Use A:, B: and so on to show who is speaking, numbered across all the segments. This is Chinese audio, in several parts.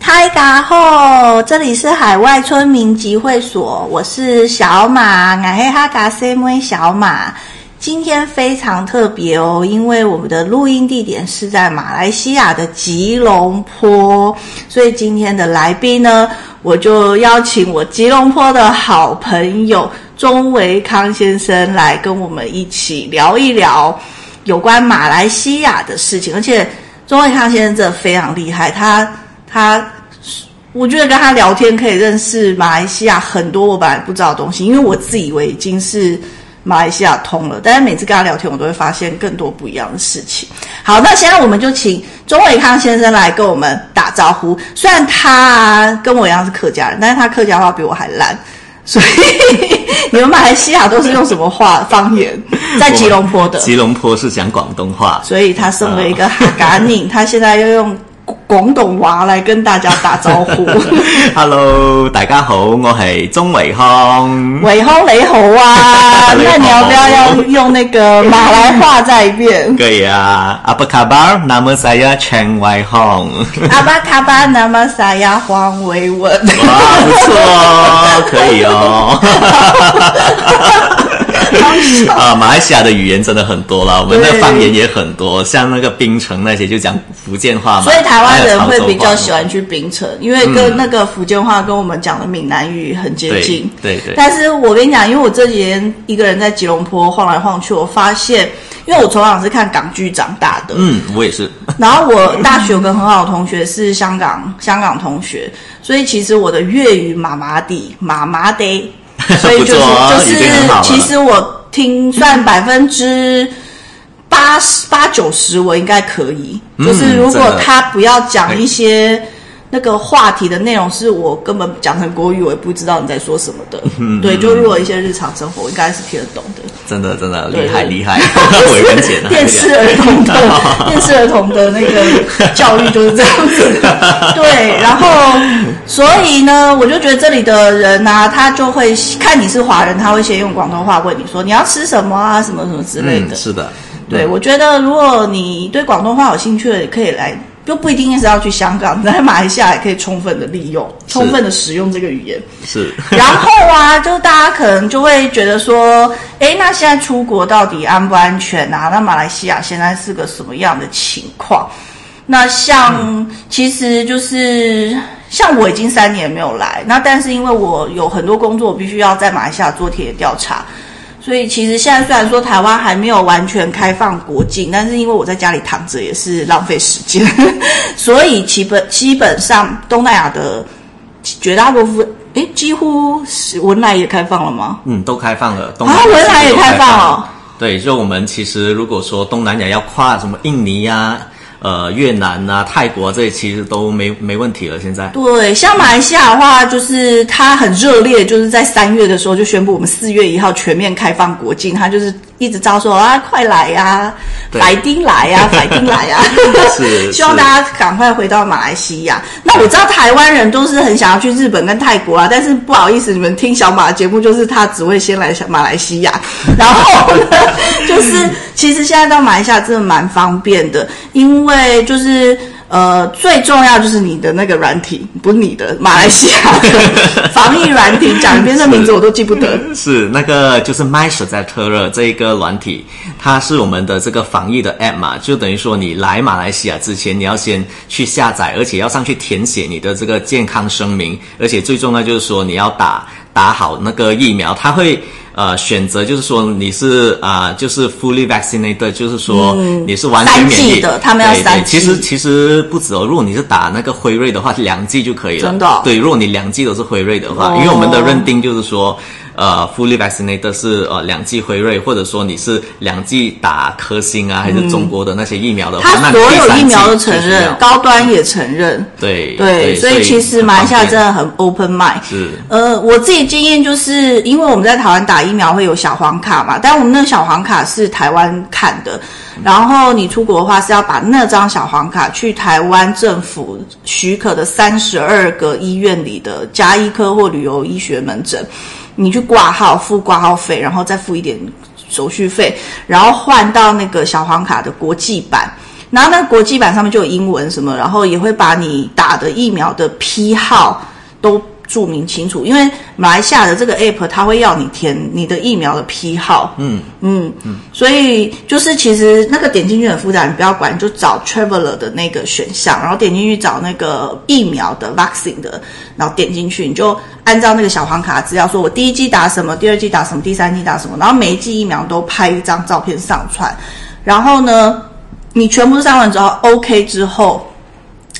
A: 嗨，嘎后，这里是海外村民集会所，我是小马，俺黑哈嘎 C M 小马。今天非常特别哦，因为我们的录音地点是在马来西亚的吉隆坡，所以今天的来宾呢，我就邀请我吉隆坡的好朋友钟维康先生来跟我们一起聊一聊有关马来西亚的事情，而且钟维康先生真的非常厉害，他他。我觉得跟他哎聊天可以认识马来西亚很多我本来不知道的东西，因为我自以为已经是马来西亚通了，但是每次跟他聊天，我都会发现更多不一样的事情。好，那现在我们就请钟伟康先生来跟我们打招呼。虽然他跟我一样是客家人，但是他客家话比我还烂，所以 你们马来西亚都是用什么话方言？在吉隆坡的，
B: 吉隆坡是讲广东话，
A: 所以他身为一
B: 啊
A: 个哈嘎宁，他现在要用广东话来跟大家打招呼。
B: 嗯 Hello，大家好，我係鐘維康。
A: 伟轰雷猴 啊！
B: 雷猴
A: 那你要不要要用那个马来话再一遍？
B: 可以啊，阿布卡巴，那么saya 陳維康。
A: 阿巴卡巴南玛萨亚黄维文。
B: 哇，啊不錯哦，可以哦。 啊，马来西亚的语言真的很多啦，我们的
A: 对
B: 方言也很多，像那个槟城那些就讲福建话嘛，
A: 所以台湾人会比较
B: 还有潮州话
A: 喜欢去槟城，因为跟那个福建话跟我们讲的闽南语很接近。
B: 对对对
A: 但是我跟你讲，因为我这几年一个人在吉隆坡晃来晃去，我发现，因为我从小是看港剧长大的，
B: 嗯，我也是。
A: 然后我大学有个很好的同学是香港香港同学，所以其实我的粤语麻麻地麻麻 的，所以就是、
B: 不错啊
A: 就
B: 已经很好
A: 是
B: 了
A: 其实我听算百分之八十八九十我应该可以，
B: 嗯
A: 就是如果
B: 真的
A: 他不要讲一些。那个话题的内容是我根本讲成国语，我也不知道你在说什么 的。
B: 嗯
A: 对，就如果一些日常生活，我应该是听得懂的。
B: 真的真的
A: 对
B: 厉害
A: 对
B: 厉害， 伟文姐呢？
A: 电视儿童的 电视儿童的那个教育就是这样 子，对，然后所以呢，我就觉得这里的人啊，他就会看你是华人，他会先用广东话问你说你要吃什么啊，什么什么之类的。
B: 嗯，是的，
A: 对，我觉得如果你对广东话有兴趣的，也可以来，就不一定是要去香港，你在马来西亚也可以充分的利用，充分的使用这个语言。
B: 是。
A: 然后啊，就大家可能就会觉得说，诶，那现在出国到底安不安全啊？那马来西亚现在是个什么样的情况？那像、其实就是像我已经三年没有来，那但是因为我有很多工作，我必须要在马来西亚做田野调查，所以其实现在虽然说台湾还没有完全开放国境，但是因为我在家里躺着也是浪费时间， 所以基本基本上东南亚的绝大部分，诶，几乎是文莱也开放了吗？
B: 嗯，都开放了。东
A: 啊
B: 南亚
A: 文莱也
B: 都
A: 开
B: 开
A: 放
B: 了
A: 哦
B: 对，就我们其实如果说东南亚要跨什么印尼啊、呃越南啊、泰国这些其实都没没问题了。现在
A: 对，像马来西亚的话，就是它很热烈，就是在三月的时候就宣布我们四月一号全面开放国境，它就是一直招说啊，快来呀、
B: 对
A: 白丁来呀、白丁来呀、
B: 是
A: 希望
B: 是
A: 大家赶快回到马来西亚。那我知道台湾人都是很想要去日本跟泰国啊，但是不好意思，你们听小马的节目，就是他只会先来马来西 亚，然后呢，就是其实现在到马来西亚真的蛮方便的，因为就是。呃，最重要就是你的那个软体，不是你的马来西亚 的防疫软体，讲一遍这名字我都记不
B: 嗯
A: 得。
B: 是那个就是 My 实在特热这一个软体，它是我们的这个防疫的 app 嘛，就等于说你来马来西亚之前，你要先去下载，而且要上去填写你的这个健康声明，而且最重要就是说你要打打好那个疫苗，它会。呃，选择就是说你是啊、就是 fully vaccinated，就是说你是完全免
A: 三剂
B: 疫
A: 的他们要
B: 对对
A: 三剂
B: 其实其实不止哦，如果你是打那个辉瑞的话，两剂就可以了。
A: 真的哦
B: 对，如果你两剂都是辉瑞的话，
A: 哦
B: 啊因为我们的认定就是说，呃，fully vaccinated 是呃两剂辉瑞，或者说你是两剂打科兴啊，还是中国的那些疫苗的话，
A: 他
B: 那
A: 嗯所有疫苗都
B: 第三剂就
A: 承
B: 需要
A: 认，高端也承认。
B: 对
A: 对，所以其实马来西亚真
B: 很
A: 的很 open mind。
B: 方便 是
A: 呃，我自己经验就是，因为我们在台湾打疫苗会有小黄卡嘛，但我们那个小黄卡是台湾看的，然后你出国的话是要把那张小黄卡去台湾政府许可的三十二个医院里的加医科或旅游医学门诊，你去挂号付挂号费，然后再付一点手续费，然后换到那个小黄卡的国际版。然后那个国际版上面就有英文什么，然后也会把你打的疫苗的批号都注明清楚，因为马来西亚的这个 app 它会要你填你的疫苗的批号，
B: 嗯
A: 嗯所以就是其实那个点进去很复杂，你不要管，你就找 traveler 的那个选项，然后点进去找那个疫苗的 vaccine 的，然后点进去，你就按照那个小黄卡资料，说我第一剂打什么，第二剂打什么，第三剂打什么，然后每一剂疫苗都拍一张照片上传，然后呢，你全部都上完之后 OK 之后，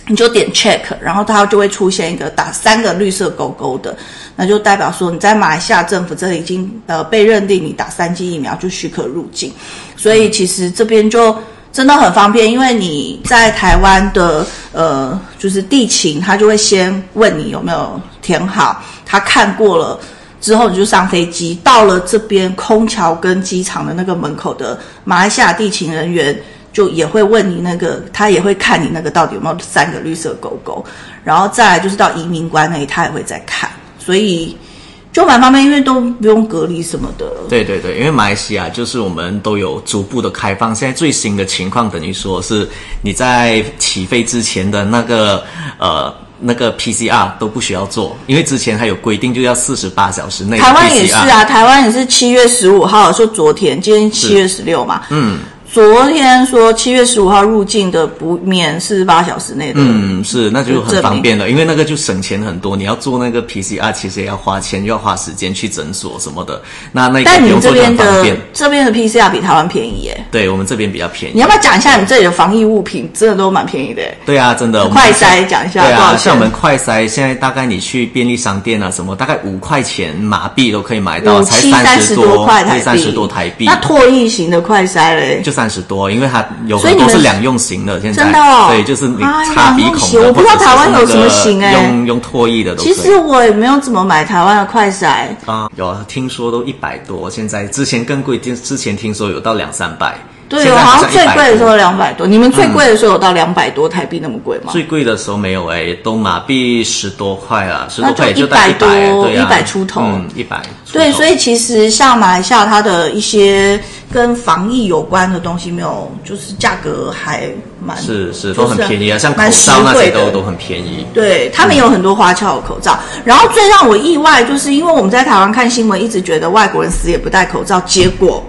A: 你就点 check，然后它就会出现一个打三个绿色勾勾的，那就代表说你在马来西亚政府这里已经呃被认定你打三剂疫苗就许可入境，所以其实这边就真的很方便，因为你在台湾的呃就是地勤，他就会先问你有没有填好，他看过了。之后你就上飞机，到了这边空桥跟机场的那个门口的马来西亚地勤人员就也会问你那个，他也会看你那个到底有没有三个绿色勾勾，然后再来就是到移民官那里，他也会再看，所以就蛮方便，因为都不用隔离什么的了。
B: 对对对，因为马来西亚就是我们都有逐步的开放，现在最新的情况等于说是你在起飞之前的那个呃。那个 PCR 都不需要做，因为之前还有规定，就要四十八小时内的 PCR。
A: 台湾也是啊，台湾也是七月十五号，说昨天，今天七月十六嘛，嗯，昨天说七月十五号入境的不免四十八小时内的，
B: 嗯，是，那就很方便了，因为那个就省钱很多。你要做那个 PCR，其实也要花钱，又要花时间去诊所什么的。那那
A: 但
B: 个
A: 你
B: 不
A: 们
B: 用
A: 这
B: 做就
A: 边
B: 很方
A: 的
B: 便。
A: 这边的 PCR 比台湾便宜耶、
B: 对我们这边比较便
A: 你
B: 宜
A: 要。不要讲一下你们这里的防疫物品真的都蛮便宜的耶、
B: 对啊，真的。我们
A: 快筛讲一下
B: 对
A: 多少
B: 啊，
A: 钱
B: 像我们快筛，现在大概你去便利商店啊什么，大概五块钱马币都可以买到，
A: 五
B: 才
A: 七
B: 三
A: 十
B: 多
A: 块台币，
B: 三十多台币
A: 那。唾液型的快筛嘞？
B: 就三十多，因为它有
A: 所以
B: 很
A: 你
B: 多
A: 们
B: 是两用型的，现在
A: 真的哦
B: 对，就是你
A: 哎呀
B: 插鼻
A: 两用
B: 孔
A: 型
B: 的，
A: 我不知道
B: 或者
A: 台湾
B: 是那
A: 有什么
B: 个
A: 型哎
B: 用用唾液的都可以。
A: 其实我也没有怎么买台湾的快筛，
B: 啊，有啊，听说都一百多，现在之前更贵，之之前听说有到两三百，
A: 对，
B: 现
A: 我
B: 在
A: 好
B: 好
A: 像最
B: 100
A: 贵的时
B: 多嗯
A: 候两百多，你们最贵的时候有到两百多台币那么贵吗？
B: 最贵的时候没有哎、都马币十多块啊，十
A: 那
B: 多
A: 就
B: 块也就
A: 100
B: 大概
A: 多
B: 100对啊，
A: 100出头
B: 嗯，一百。
A: 对，所
B: 以
A: 以其实像马来西亚，它的一些跟防疫有关的东西，没有就是价格还蛮
B: 是是
A: 就
B: 都很便宜啊，像口
A: 蛮实
B: 罩那
A: 惠
B: 些
A: 的
B: 都都很便宜。
A: 对他们有很多花俏的口罩。然后最让我意外，就是因为我们在台湾看新闻，一直觉得外国人死也不戴口罩，结果。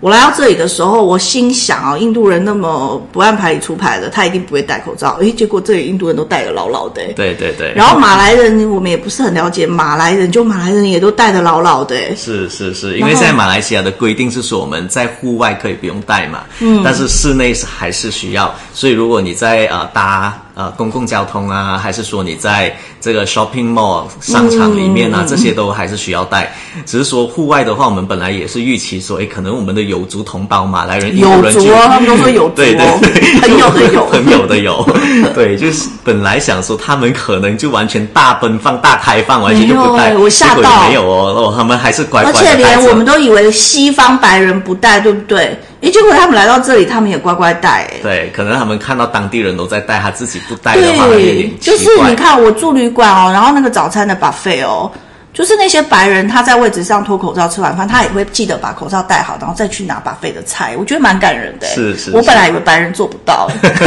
A: 我来到这里的时候，我心想啊、印度人那么不按牌理出牌的，他一定不会戴口罩。诶，结果这里印度人都戴得牢牢的、诶
B: 对对对，
A: 然后马来人，我们也不是很了解，马来人就马来人也都戴得牢牢的、诶
B: 是是是，因
A: 然
B: 为
A: 后
B: 现在马来西亚的规定是说我们在户外可以不用戴嘛，嗯，但是室内是还是需要，所以如果你在呃搭呃公共交通啊，还是说你在这个 shopping mall 商场里面啊，
A: 嗯
B: 这些都还是需要戴。只是说户外的话，我们本来也是预期说，诶，可能我们的游族同胞马来人、
A: 有
B: 印度人
A: 族
B: 就
A: 哦，他们都说有族
B: 对
A: 哦，
B: 对对，
A: 朋友的 有，
B: 朋友的有，对，就是本来想说他们可能就完全大奔放、大开放，完全就不
A: 没
B: 戴，
A: 有我吓
B: 结果
A: 到
B: 也没有哦，哦，他们还是乖
A: 而
B: 乖
A: 且
B: 的戴
A: 连我们
B: 着。
A: 都以为西方白人不戴，对不对？诶，结果他们来到这里，他们也乖乖戴、诶
B: 对，可能他们看到当地人都在戴，他自己不戴的话，有
A: 对
B: 点，
A: 就是
B: 奇怪
A: 你看我住旅馆哦，然后那个早餐的 buffet 哦，就是那些白人他在位置上脱口罩吃完饭，他也会记得把口罩戴好，然后再去拿 buffet 的菜，我觉得蛮感人的。
B: 是是
A: 我
B: 是
A: 本来以为白人做不到，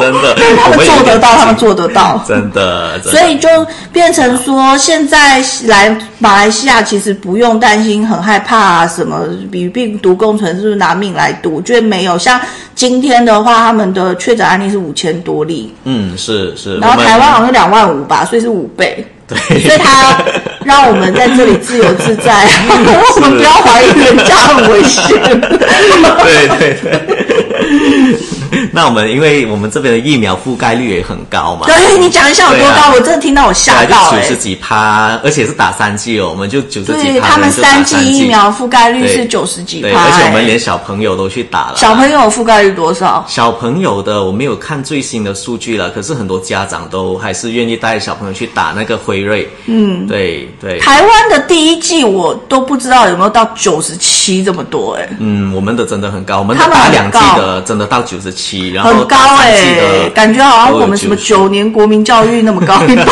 B: 真 的，
A: 他
B: 我
A: 们
B: 也有
A: 做得
B: 点
A: 到，他们
B: 惊
A: 做得到。
B: 真的，真的
A: 所以就变成说，现在来马来西亚其实不用担心很害怕啊，什么与病毒共存是不是拿命来赌？我觉得没有。像今天的话，他们的确诊案例是五千多例，
B: 嗯，是是，
A: 然后
B: 我们
A: 台湾好像两万五吧，所以是五倍。
B: 对，
A: 所以他让我们在这里自由自在，啊 我们不要怀疑人家很危险。
B: 对对对。 那我们因为我们这边的疫苗覆盖率也很高嘛，
A: 对你讲一下有多
B: 对
A: 高，
B: 啊
A: 我真的听到我吓
B: 对
A: 到
B: 啊，就
A: 哎、
B: 九十几趴，而且是打三剂哦，我们就九十几
A: 对
B: 趴
A: 他
B: 的
A: 们
B: 人就打
A: 三
B: 三
A: 剂疫苗覆盖率是九十几
B: 对，
A: 趴、
B: 而且我们
A: 哎
B: 连小朋友都去打了。
A: 小朋友覆盖率多少？
B: 小朋友的我没有看最新的数据了，可是很多家长都还是愿意带小朋友去打那个辉瑞。嗯，对对，
A: 台湾的第一季我都不知道有没有到九十七这么多哎、
B: 嗯，我们的真的很高，我们的
A: 他们
B: 打
A: 很
B: 两剂
A: 高
B: 的真的到九十七，级，然后
A: 很高
B: 哎、
A: 欸，感觉好像我们什么九年国民教育那么高一半，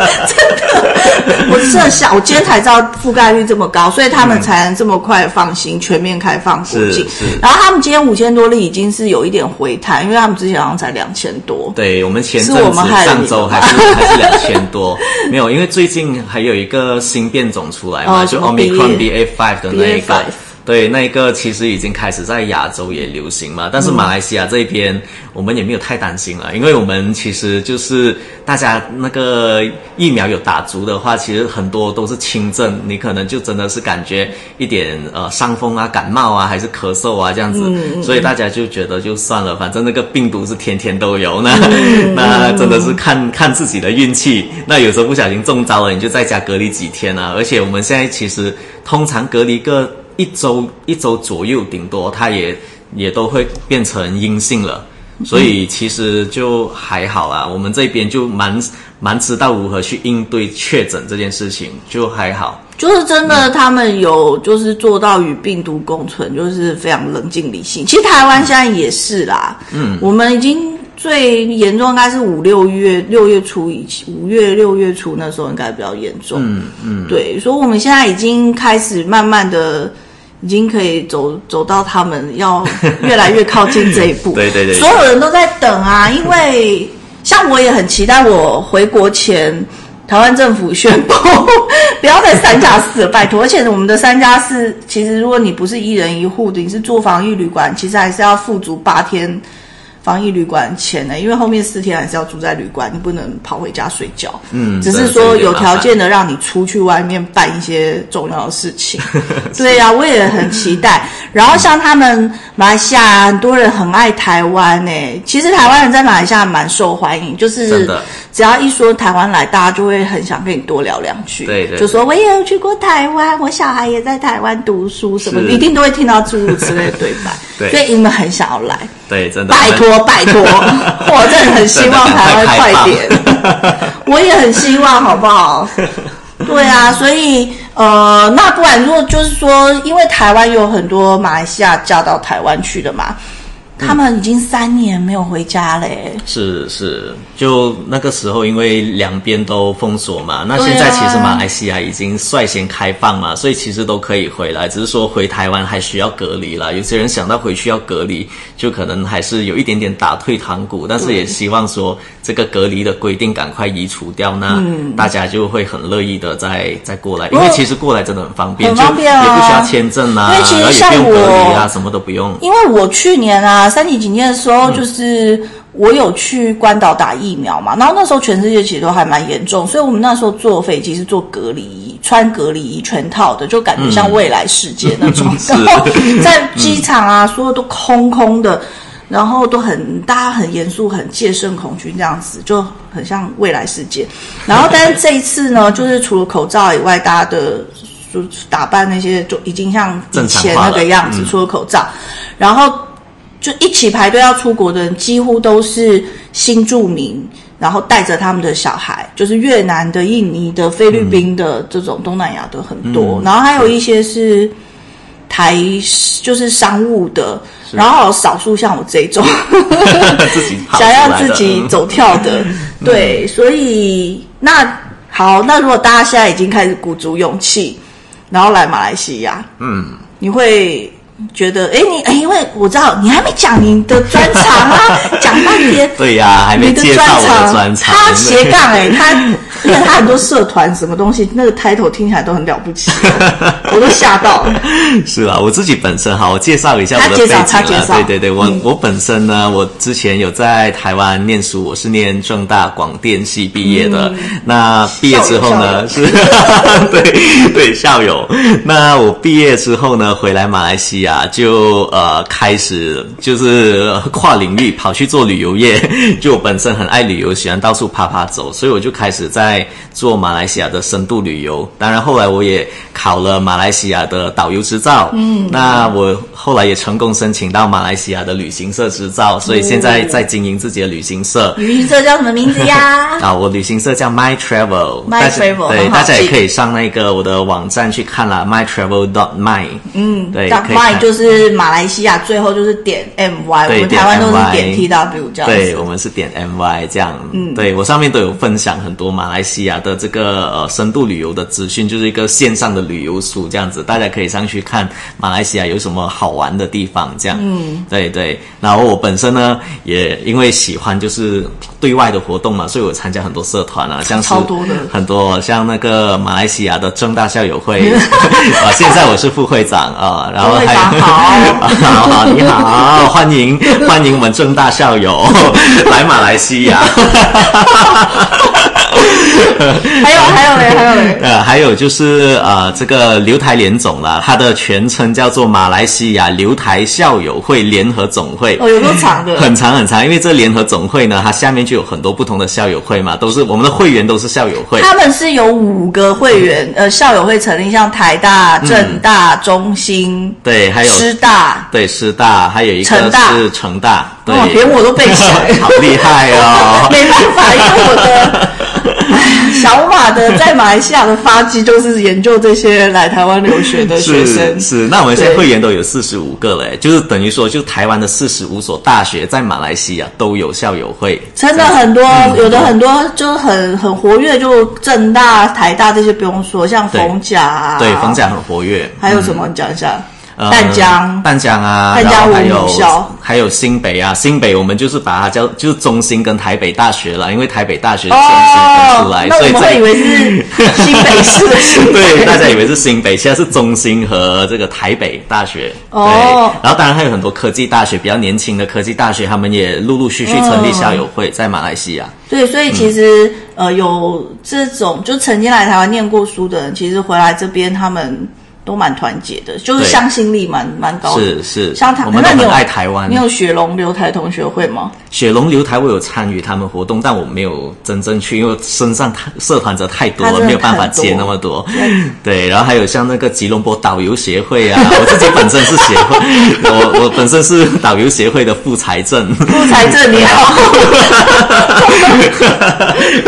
A: 真的。我设想，我今天才知道覆盖率这么高，所以他们才能这么快放行，全面开放国
B: 是
A: 境。
B: 是
A: 然后他们今天五千多例已经是有一点回弹，因为他们之前好像才两千多。
B: 对我们前阵
A: 是我
B: 子
A: 们害了
B: 上
A: 你
B: 周
A: 吧
B: 还是还是两千多， 没有，因为最近还有一个新变种出来嘛，
A: 哦
B: 就
A: 什么
B: Omicron
A: BA
B: BA five 的那一个
A: BA5。
B: 对，那一个其实已经开始在亚洲也流行嘛，但是马来西亚这边我们也没有太担心啊了，因为我们其实就是大家那个疫苗有打足的话，其实很多都是轻症，你可能就真的是感觉一点呃伤风啊、感冒啊，还是咳嗽啊这样子，所以大家就觉得就算了，反正那个病毒是天天都有，那、那真的是看 看自己的运气。那有时候不小心中招了，你就在家隔离几天啊，而且我们现在其实通常隔离个。一周一周左右，顶多它也也都会变成阴性了。所以
A: 嗯
B: 其实就还好啊啦，我们这边就蛮蛮知道如何去应对确诊这件事情，就还好。
A: 就是真的，他们有就是做到与病毒共存，就是非常冷静理性。其实台湾现在也是啦，嗯，我们已经最严重应该是五六月，六月初以前，五月六月初那时候应该比较严重，嗯嗯，对，所以我们现在已经开始慢慢的。已经可以走走到他们要越来越靠近这一步，
B: 对对对
A: 所有人都在等啊，因为像我也很期待我回国前，台湾政府宣布 不要再三加四了，拜托。而且我们的三加四，其实如果你不是一人一户的，你是住防疫旅馆，其实还是要付足八天防疫旅馆钱的，因为后面四天还是要住在旅馆，你不能跑回家睡觉。
B: 嗯
A: 只是
B: 真的
A: 说
B: 是有
A: 有
B: 点麻
A: 条
B: 烦
A: 件的让你出去外面办一些重要的事情。 对呀、我也很期待。然后像他们马来西亚很多人很爱台湾呢、其实台湾人在马来西亚蛮受欢迎，就是
B: 真的
A: 只要一说台湾来，大家就会很想跟你多聊两句，
B: 对对
A: 就说我也有去过台湾，我小孩也在台湾读书什么的，
B: 是
A: 一定都会听到诸如此类的对白，
B: 对
A: 所以你们很想要来。
B: 对，真的。
A: 拜托拜托，我真的很希望台湾快点， 我也很希望，好不好？对啊，所以呃，那不然如果就是说，因为台湾有很多马来西亚嫁到台湾去的嘛，他们已经三年没有回家欸嘞。
B: 是是，就那个时候，因为两边都封锁嘛，那
A: 对啊
B: 现在其实马来西亚已经率先开放嘛，所以其实都可以回来，只是说回台湾还需要隔离啦。有些人想到回去要隔离，就可能还是有一点点打退堂鼓，但是也希望说这个隔离的规定赶快移除掉，那大家就会很乐意的再再过来，因为
A: 嗯不过
B: 其实过来真的很方便，
A: 很方便啊
B: 就也不需要签证啊，
A: 因为其实
B: 然后也
A: 像
B: 不用隔离
A: 我
B: 啊，什么都不用。
A: 因为我去年啊三级警戒的时候，
B: 嗯
A: 就是我有去关岛打疫苗嘛，然后那时候全世界其实都还蛮严重，所以我们那时候坐飞机是坐隔离衣，穿隔离衣全套的，就感觉像未来世界那种。
B: 是嗯
A: 然后在机场啊，所有都空空的。然后都很大家很严肃、很戒慎恐惧这样子，就很像未来世界。然后，但是这一次 呢，就是除了口罩以外，大家的就打扮那些就已经像以前那个样子，
B: 正常化了嗯
A: 除了口罩，然后就一起排队要出国的人，几乎都是新住民，然后带着他们的小孩，就是越南的、印尼的、菲律宾的、这种东南亚的很多，
B: 嗯
A: 然后还有一些是台就是商务的，然后还有少数像我这种
B: 自己跑出
A: 想
B: 来
A: 要
B: 的嗯
A: 自 己走跳的，对，所以那好，那如果大家现在已经开始鼓足勇气，然后来马来西亚，嗯，你会觉得，哎，你哎，因为我知道你还没讲你的专长 啊，讲半天。
B: 对呀、还没
A: 你的
B: 介绍
A: 专
B: 我的
A: 长，
B: 专长，
A: 他 斜杠哎、他因为他很多社团什么东西，那个 title 听起来都很了不 起，我都吓到了。
B: 是啊，我自己本身哈，我介绍一下我
A: 他
B: 的
A: 介
B: 背
A: 绍
B: 景
A: 他介
B: 啊。
A: 绍嗯
B: 对对对，我、我本身呢，我之前有在台湾念书，我是念正大广电系毕业的。
A: 嗯
B: 那毕业之后呢，是， 对对，校友。那我毕业之后呢，回来马来西亚就呃开始就是呃跨 领域跑去做旅游业，就我本身很爱旅游，喜欢到处啪啪走，所以我就开始在。在做马来西亚的深度旅游。当然，后来我也考了马来西亚的导游执照，嗯，那我后来也成功申请到马来西亚的旅行社执照，所以现在在经营自己的旅行社。
A: 旅行社叫什么名字呀？
B: 啊，我旅行社叫 My Travel，
A: My
B: 大家
A: Travel，
B: 对，
A: 很好
B: 大家也
A: 记
B: 可以上那个我的网站去看啦，My Travel dot my，嗯，对，
A: 叫
B: 可以看
A: Y 就是马来西亚，最后就是点 M Y，我
B: 对
A: 们台湾都是点 T
B: 点
A: W 这样
B: 对，
A: 子。
B: 我们是点 my 这样。嗯，对我上面都有分享很多马来西亚的这个呃深度旅游的资讯，就是一个线上的旅游书这样子，大家可以上去看马来西亚有什么好玩的地方这样。嗯，对对。然后我本身呢，也因为喜欢就是对外的活动嘛，所以我参加很多社团啊，像是
A: 超多的
B: 很多像那个马来西亚的正大校 友会啊，现在我是副会长啊，然后
A: 副会
B: 还
A: 长 好
B: 啊好好，你好，欢迎欢迎我们正大校友 来马来西 亚。
A: 还有还有嘞，还有嘞，
B: 呃，还有就是呃，这个刘台联总啦，它的全称叫做马来西亚刘台校友会联合总会。
A: 哦，有够长的。
B: 很长很长，因为这联合总会呢，它下面就有很多不同的校友会嘛，都是我们的会员都是校友会。
A: 他们是有五个会员，呃，校友会成立，像台大、政大、中兴、
B: 对，还有
A: 师大，
B: 对师大，还有一
A: 成
B: 个
A: 大
B: 是成大，对，
A: 哇，连我都背起来
B: 好厉害哦。
A: 没办法，因为我的唉小马的 在马来西亚的发迹就是研究这些来台湾留学的学生
B: 是。是，那我们现在
A: 对
B: 会员都有四十五个嘞，就是等于说，就台湾的四十五所大学在马来西亚都有校友会。
A: 真的很多，
B: 嗯
A: 有的很多就是很很活跃，就正大、台大这些不用说，像
B: 对
A: 逢甲啊，
B: 对，逢甲很活跃，
A: 还有什么？你讲一下，
B: 呃
A: 淡江、
B: 淡江啊，
A: 淡江
B: 然后还
A: 我们母校
B: 有还有新北啊，新北我们就是把它叫就是中心跟台北大学了，因为台北大学是中心分出
A: 哦
B: 来，，
A: 那我
B: 呃所以
A: 们
B: 这
A: 会以为是新北市的新北，
B: 对，大家以为是新北，现在是中心和这个台北大学。对
A: 哦
B: 然后当然还有很多科技大学，比较年轻的科技大学，他们也陆陆续续成立校友会，在马来西亚。
A: 对，所以其实、呃，有这种就曾经来台湾念过书的人，其实回来这边他们都蛮团结的，就是
B: 对
A: 相心力蛮蛮高的。
B: 是是，
A: 像台，
B: 我们都
A: 那你
B: 很
A: 有
B: 爱台湾
A: 你。有雪龙留台同学会吗？
B: 雪龙留台，我有参与他们活动，但我没有真正去，因为身上太社团者太多
A: 他真
B: 了，
A: 的
B: 没有办法
A: 很多
B: 接那么多。 对，然后还有像那个吉隆坡导游协会啊，我自己本身是协会，我我本身是导游协会的副财政。
A: 副财政你 好，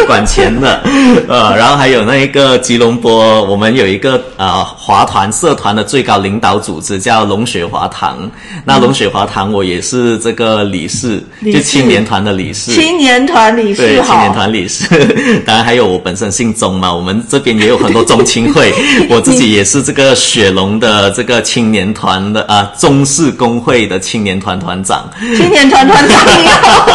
B: 管钱的，呃，然后还有那一个吉隆坡，我们有一个呃华团社团的最高领导组织叫龙雪华堂，那龙雪华堂我也是这个理事，
A: 理事
B: 就青年团的理 事。
A: 青年团理
B: 对
A: 事
B: 青年
A: 好。
B: 团理事， 当然还有我本身姓钟嘛，我们这边也有很多中青 会，我自己也是这个雪龙的这个青年团的啊、中式工会的青年团团 长，
A: 青年团团长你好，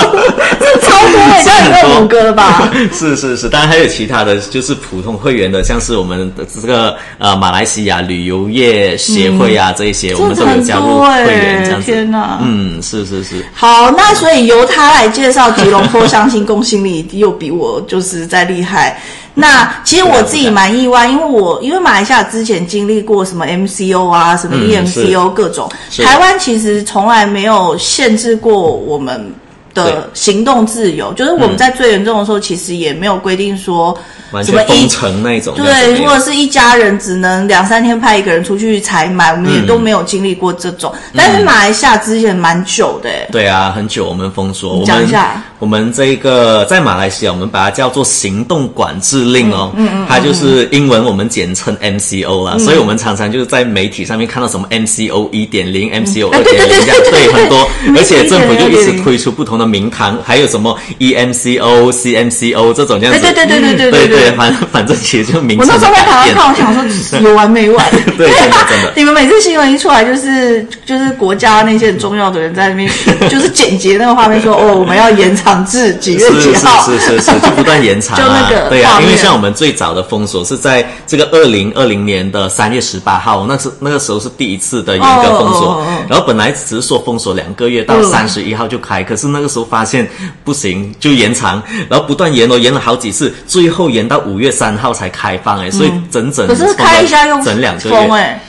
A: 这超多的，这样有五个了 吧？
B: 是是是，当然还有其他的，就是普通会员的，像是我们的这个呃马来西亚旅游业协会啊、这一些，我们都有
A: 嗯很
B: 加入
A: 多
B: 会
A: 哎、
B: 员这样子。
A: 天哪！
B: 嗯，是是是，
A: 好，那所以由他来介绍吉隆坡相信公信力又比我就是在厉害。那其实我自己蛮意外，因为我因为马来西亚之前经历过什么 MCO 啊，什么
B: 嗯
A: EMCO 各种，
B: 是
A: 台湾其实从来没有限制过我们
B: 对
A: 的行动自由，就是我们
B: 嗯
A: 在最严重的时候，其实也没有规定说
B: 完
A: 什
B: 全
A: 么一
B: 封城那种。
A: 对，或
B: 我
A: 者是一家人只能两三天派一个人出去采买，我们也都没有经历过这种。
B: 嗯
A: 但是马来西亚之前蛮久的、欸，
B: 对啊，很久我们封锁，我
A: 讲一
B: 们
A: 下
B: 我们这个在马来西亚，我们把它叫做行动管制令哦，嗯嗯它就是英文我们简称 MCO 啦，
A: 嗯
B: 所以我们常常就是在媒体上面看到什么 MCO 一点零、MCO
A: 哎
B: 二
A: 对
B: 点
A: 对
B: 零这样
A: 对，对
B: 对，很多，而且政府就一直
A: 1.0
B: 推出不同的名堂，还有什么 E EMCO、CMCO 这种这样子，嗯
A: 对对对对对对
B: 对
A: 对
B: 反 反正其实就名
A: 我
B: 称
A: 那时候在台
B: 改
A: 湾
B: 变
A: 看，我想说有完没完？
B: 对真的真的
A: 你们每次新闻一出来，就是就是国家那些很重要的人在那边， 就是简洁那个画面说，哦，我们要延长至几月
B: 是
A: 几号。
B: 是是是是，就不断延长、啊。
A: 就那个
B: 对啊
A: 画，面
B: 因为像我们最早的封锁是在这个二零二零年的三月十八号，那是那个时候是第一次的严格封锁。
A: 哦哦哦哦
B: 然后本来只是说封锁两个月，到
A: 嗯
B: 三十一号就开，可是那个时候发现不行，就延长，然后不断延哦，延了好几次，最后延到五月三号才开放哎、所以整整
A: 嗯可是
B: 封了
A: 开一下又
B: 整两个月。
A: 封哎、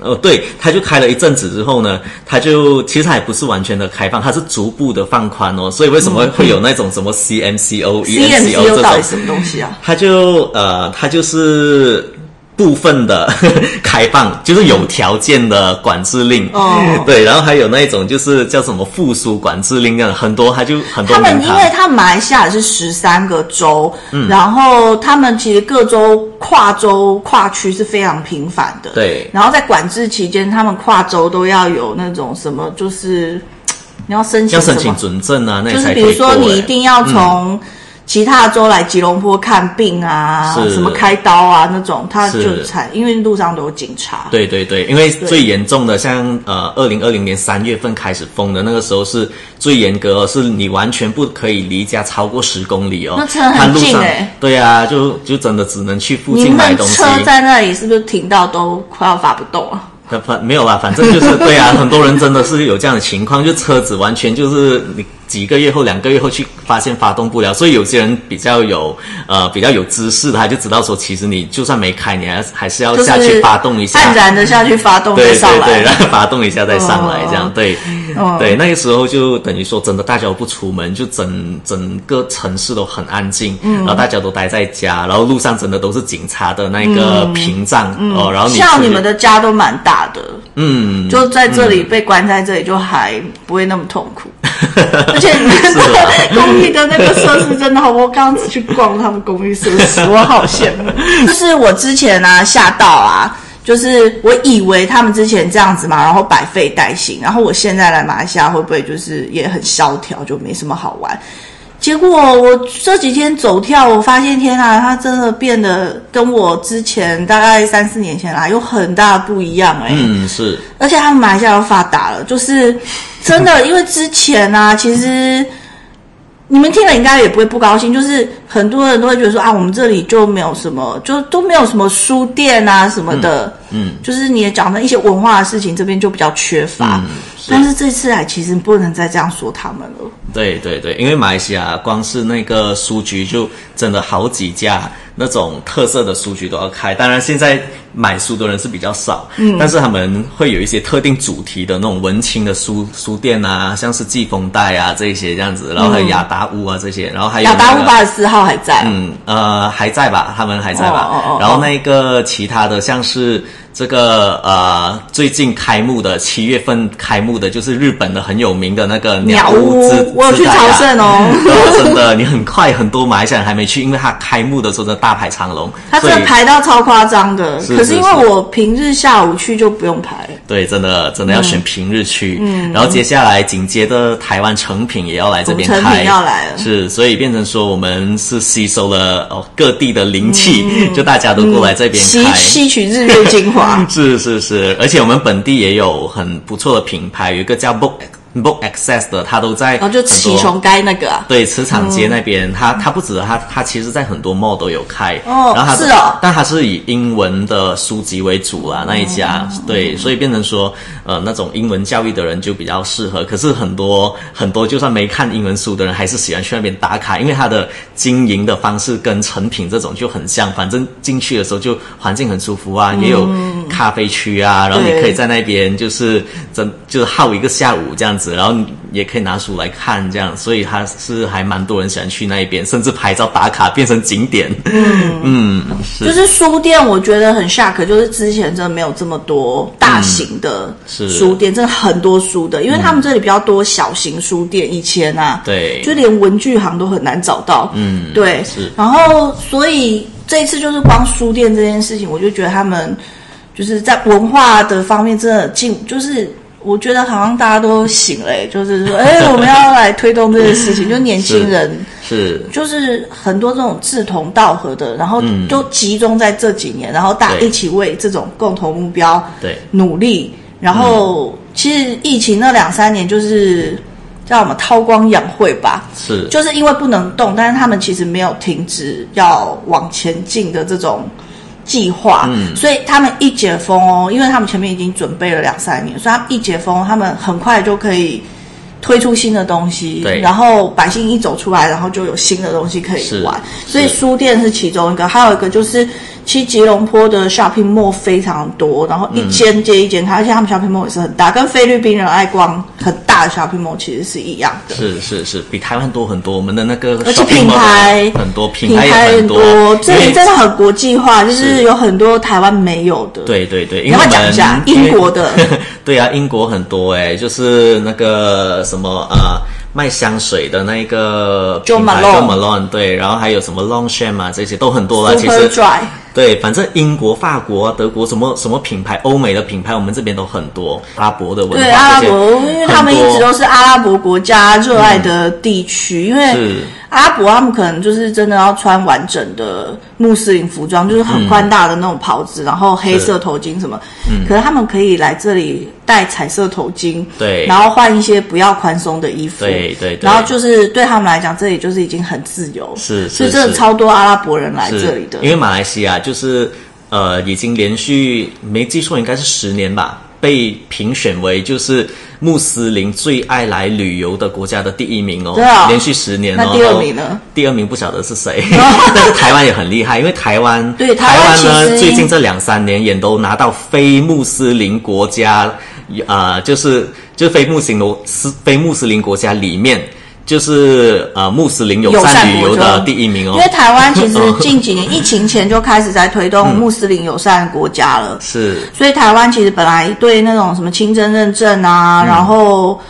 B: 呃，对，它就开了一阵子之后呢，它就其实还不是完全的开放，它是逐步的放宽哦。所以为什么
A: 嗯
B: 会有那种什么 CMCO、EMCO 这
A: ？CMCO 到底
B: 种？
A: 什么东西啊？
B: 它就呃，它就是部分的 开放，就是有条件的管制令。
A: 哦
B: 对，然后还有那一种就是叫什么附属管制令这样，很多它就很多
A: 他们
B: 名
A: 因为
B: 堂。
A: 他们马来西亚是十三个州，
B: 嗯
A: 然后他们其实各州跨州跨区是非常频繁的。
B: 对
A: 然后在管制期间，他们跨州都要有那种什么，就是你要申请
B: 要
A: 什
B: 申
A: 么，
B: 请准证啊，那
A: 就是
B: 才可
A: 比
B: 以
A: 如说
B: 过嗯
A: 你
B: 欸
A: 一定要从其他州来吉隆坡看病啊，
B: 是
A: 什么开刀啊那种，他就是才因为路上都有警察。
B: 对对对，因为最严重的像呃，二零二零年三月份开始封的那个时候是最严格哦，是你完全不可以离家超过十公里哦。
A: 那真的很
B: 它路
A: 近
B: 上
A: 欸
B: 对呀、啊，就就真的只能去附
A: 你
B: 近买
A: 们
B: 东西
A: 车。在那里是不是停到都快要发不动了？
B: 呃反没有啦，反正就是对啊， 很多人真的是有这样的情况，就车子完全就是你几个月后、两个月后去发现发动不了，所以有些人比较有呃比较有知识的，他就知道说，其实你就算没开，你还还是要
A: 就
B: 下去
A: 是
B: 发动一下，
A: 黯然的下去发动再
B: 对
A: 上来。
B: 对对，然后发动一下再上来，
A: 哦
B: 这样对、
A: 哦
B: 对。那个时候就等于说，真的大家都不出门，就整整个城市都很安静，
A: 嗯
B: 然后大家都待在家，然后路上真的都是警察的那个屏障、哦，然后你
A: 像
B: 出
A: 嗯你
B: 去
A: 们的家都蛮大的，嗯，就在这里被关在这里，就还不会那么痛苦。而且你们
B: 是啊
A: 的 公寓的那个设施真的 好，我刚刚去逛他们公寓设施，我好羡慕。就是我之前啊吓到啊，就是我以为他们之前这样子嘛，然后百废待兴，然后我现在来马来西亚会不会就是也很萧条，就没什么好玩？结果我这几天走跳，我发现天啊，它真的变得跟我之前大概三四年前来啊有很大的不一样哎、
B: 嗯是
A: 而且他们马来西亚都发达了，就是真的，因为之前啊，其实你们听了应该也不会不高兴，就是很多人都会觉得说啊，我们这里就没有什么，就都没有什么书店啊什么的，
B: 嗯嗯
A: 就是你也讲的一些文化的事情，这边就比较缺乏。
B: 嗯
A: 但是这次来，其实不能再这样说他们了。
B: 对对对，因为马来西亚光是那个书局就真的好几家那种特色的书局都要开，当然现在买书的人是比较少，嗯，但是他们会有一些特定主题的那种文青的书书店啊，像是季风带啊这一些这样子，然后还有雅达屋啊这些，然后还有
A: 雅达
B: 那
A: 乌
B: 个
A: 八十四号还在，
B: 嗯，呃，还在吧，他们还在吧。
A: 哦哦哦
B: 然后那个其他的，像是这个呃，最近开幕的七月份开幕的，就是日本的很有名的那个
A: 鸟
B: 屋
A: 屋
B: 之，
A: 我有去
B: 之代啊
A: 朝圣哦。
B: 哦真的，你很快很多马来西亚人还没去，因为它开幕的时候真的大排长龙。
A: 他真
B: 所
A: 的
B: 以
A: 排到超夸张的，
B: 是
A: 可是因
B: 是
A: 为我平日下午去就不用排了。
B: 对，真的真的要选平日去，
A: 嗯
B: 然后接下来紧接着台湾成品也要来这边
A: 我们成
B: 开，
A: 品要来了
B: 是，所以变成说我们是吸收了哦各地的灵气，
A: 嗯
B: 就大家都过来这边
A: 吸
B: 开。。
A: 吸取日月精华
B: 嗯是是是，而且我们本地也有很不错的品牌，有一个叫 Book Book Access 的，它都在
A: 然后哦就
B: 很多
A: 起琼街那个、啊，
B: 对，磁场街那边，它它不止它，它其实在很多 mall 都有开。
A: 哦
B: 然后它
A: 是哦
B: 但它是以英文的书籍为主啦，那一家、对，所以变成说，呃，那种英文教育的人就比较适合。可是很多很多就算没看英文书的人，还是喜欢去那边打卡，因为它的经营的方式跟成品这种就很像，反正进去的时候就环境很舒服啊，也有咖啡区啊，然后你
A: 对
B: 可以在那边就是真就是耗一个下午这样子，然后你也可以拿书来看这样，所以它是还蛮多人喜欢去那一边，甚至拍照打卡变成景点。
A: 就是书店，我觉得很下可，就是之前真的没有这么多大型的
B: 嗯是嗯
A: 书店，真的很多书的，因为他们这里比较多小型书店，以前啊，
B: 对
A: 就连文具行都很难找到，嗯，对，
B: 是
A: 然后所以这一次就是光书店这件事情，我就觉得他们就是在文化的方面真的进，就是。我觉得好像大家都醒了、欸，就是说，哎、我们要来推动这件事情，就年轻人
B: 是
A: 就是很多这种志同道合的，然后都集中在这几年，然后大家
B: 对
A: 一起为这种共同目标
B: 对
A: 努力。然后、其实疫情那两三年就是叫什么韬光养晦吧，
B: 是
A: 就是因为不能动，但是他们其实没有停止要往前进的这种计划，
B: 嗯
A: 所以他们一解封哦，因为他们前面已经准备了两三年，所以他们一解封，他们很快就可以推出新的东西
B: 对，
A: 然后百姓一走出来，然后就有新的东西可以玩，
B: 是
A: 所以
B: 是
A: 书店是其中一个，还有一个就是其实吉隆坡的 shopping mall 非常多，然后一间接一间开，而且他们 shopping mall 也是很大，跟菲律宾人爱逛很大的 shopping mall 其实是一样的。
B: 是是是，比台湾多很多。我们的那个
A: 而且
B: shopping
A: 品
B: mall
A: 牌
B: 很多，
A: 品
B: 牌也
A: 牌
B: 很
A: 很
B: 多。
A: 这
B: 因
A: 里
B: 为
A: 真的很国际化，就是
B: 是
A: 有很多台湾没有的。，
B: 对对对，
A: 你
B: 因
A: 要
B: 为
A: 不
B: 我
A: 要讲一
B: 们
A: 下
B: 因为
A: 英国的？
B: 对啊，英国很多哎、就是那个什么呃卖香水的那一个
A: Jo
B: 品牌
A: Malone
B: Jo Malone，对，然后还有什么 Longchamp 啊，这些都很多了。其
A: Super
B: 实
A: Dry，
B: 对，反正英国、法国、啊德国什么什么品牌，欧美的品牌，我们这边都很多。阿拉伯的文化，
A: 对阿拉
B: 这些
A: 伯，因为他们一直都是阿拉伯国家热爱的地区，因为
B: 嗯是
A: 阿拉伯他们可能就是真的要穿完整的穆斯林服装，就是很
B: 嗯
A: 宽大的那种袍子，然后黑色头巾什么。可是他们可以来这里戴彩色头巾，
B: 对
A: 然后换一些不要宽松的衣服，
B: 对对对
A: 然后就是对他们来讲，这里就是已经很自由，
B: 是
A: 所以
B: 是
A: 真的
B: 是
A: 超多阿拉伯人来
B: 是
A: 这里的，
B: 因为马来西亚就是呃，已经连续没记错应该是十年吧，被评选为就是穆斯林最爱来旅游的国家的第一名哦，
A: 真的哦
B: 连续十年
A: 那
B: 哦。
A: 第二名呢？
B: 第二名不晓得是 谁，但是台湾也很厉害，因为台湾
A: 对台
B: 台
A: 湾
B: 湾呢
A: 其实
B: 最近这两三年也都拿到非穆斯林国家，呃，就是就是非穆斯林国斯非穆斯林国家里面。就是呃，穆斯林友
A: 友善
B: 善旅
A: 国
B: 游的
A: 中
B: 第一名哦，
A: 因为台湾其 实近几年疫情前就开始在推
B: 嗯
A: 动穆斯林友善国家了，
B: 是
A: 所以台湾其实本来对那种什么清真认证啊，
B: 嗯
A: 然后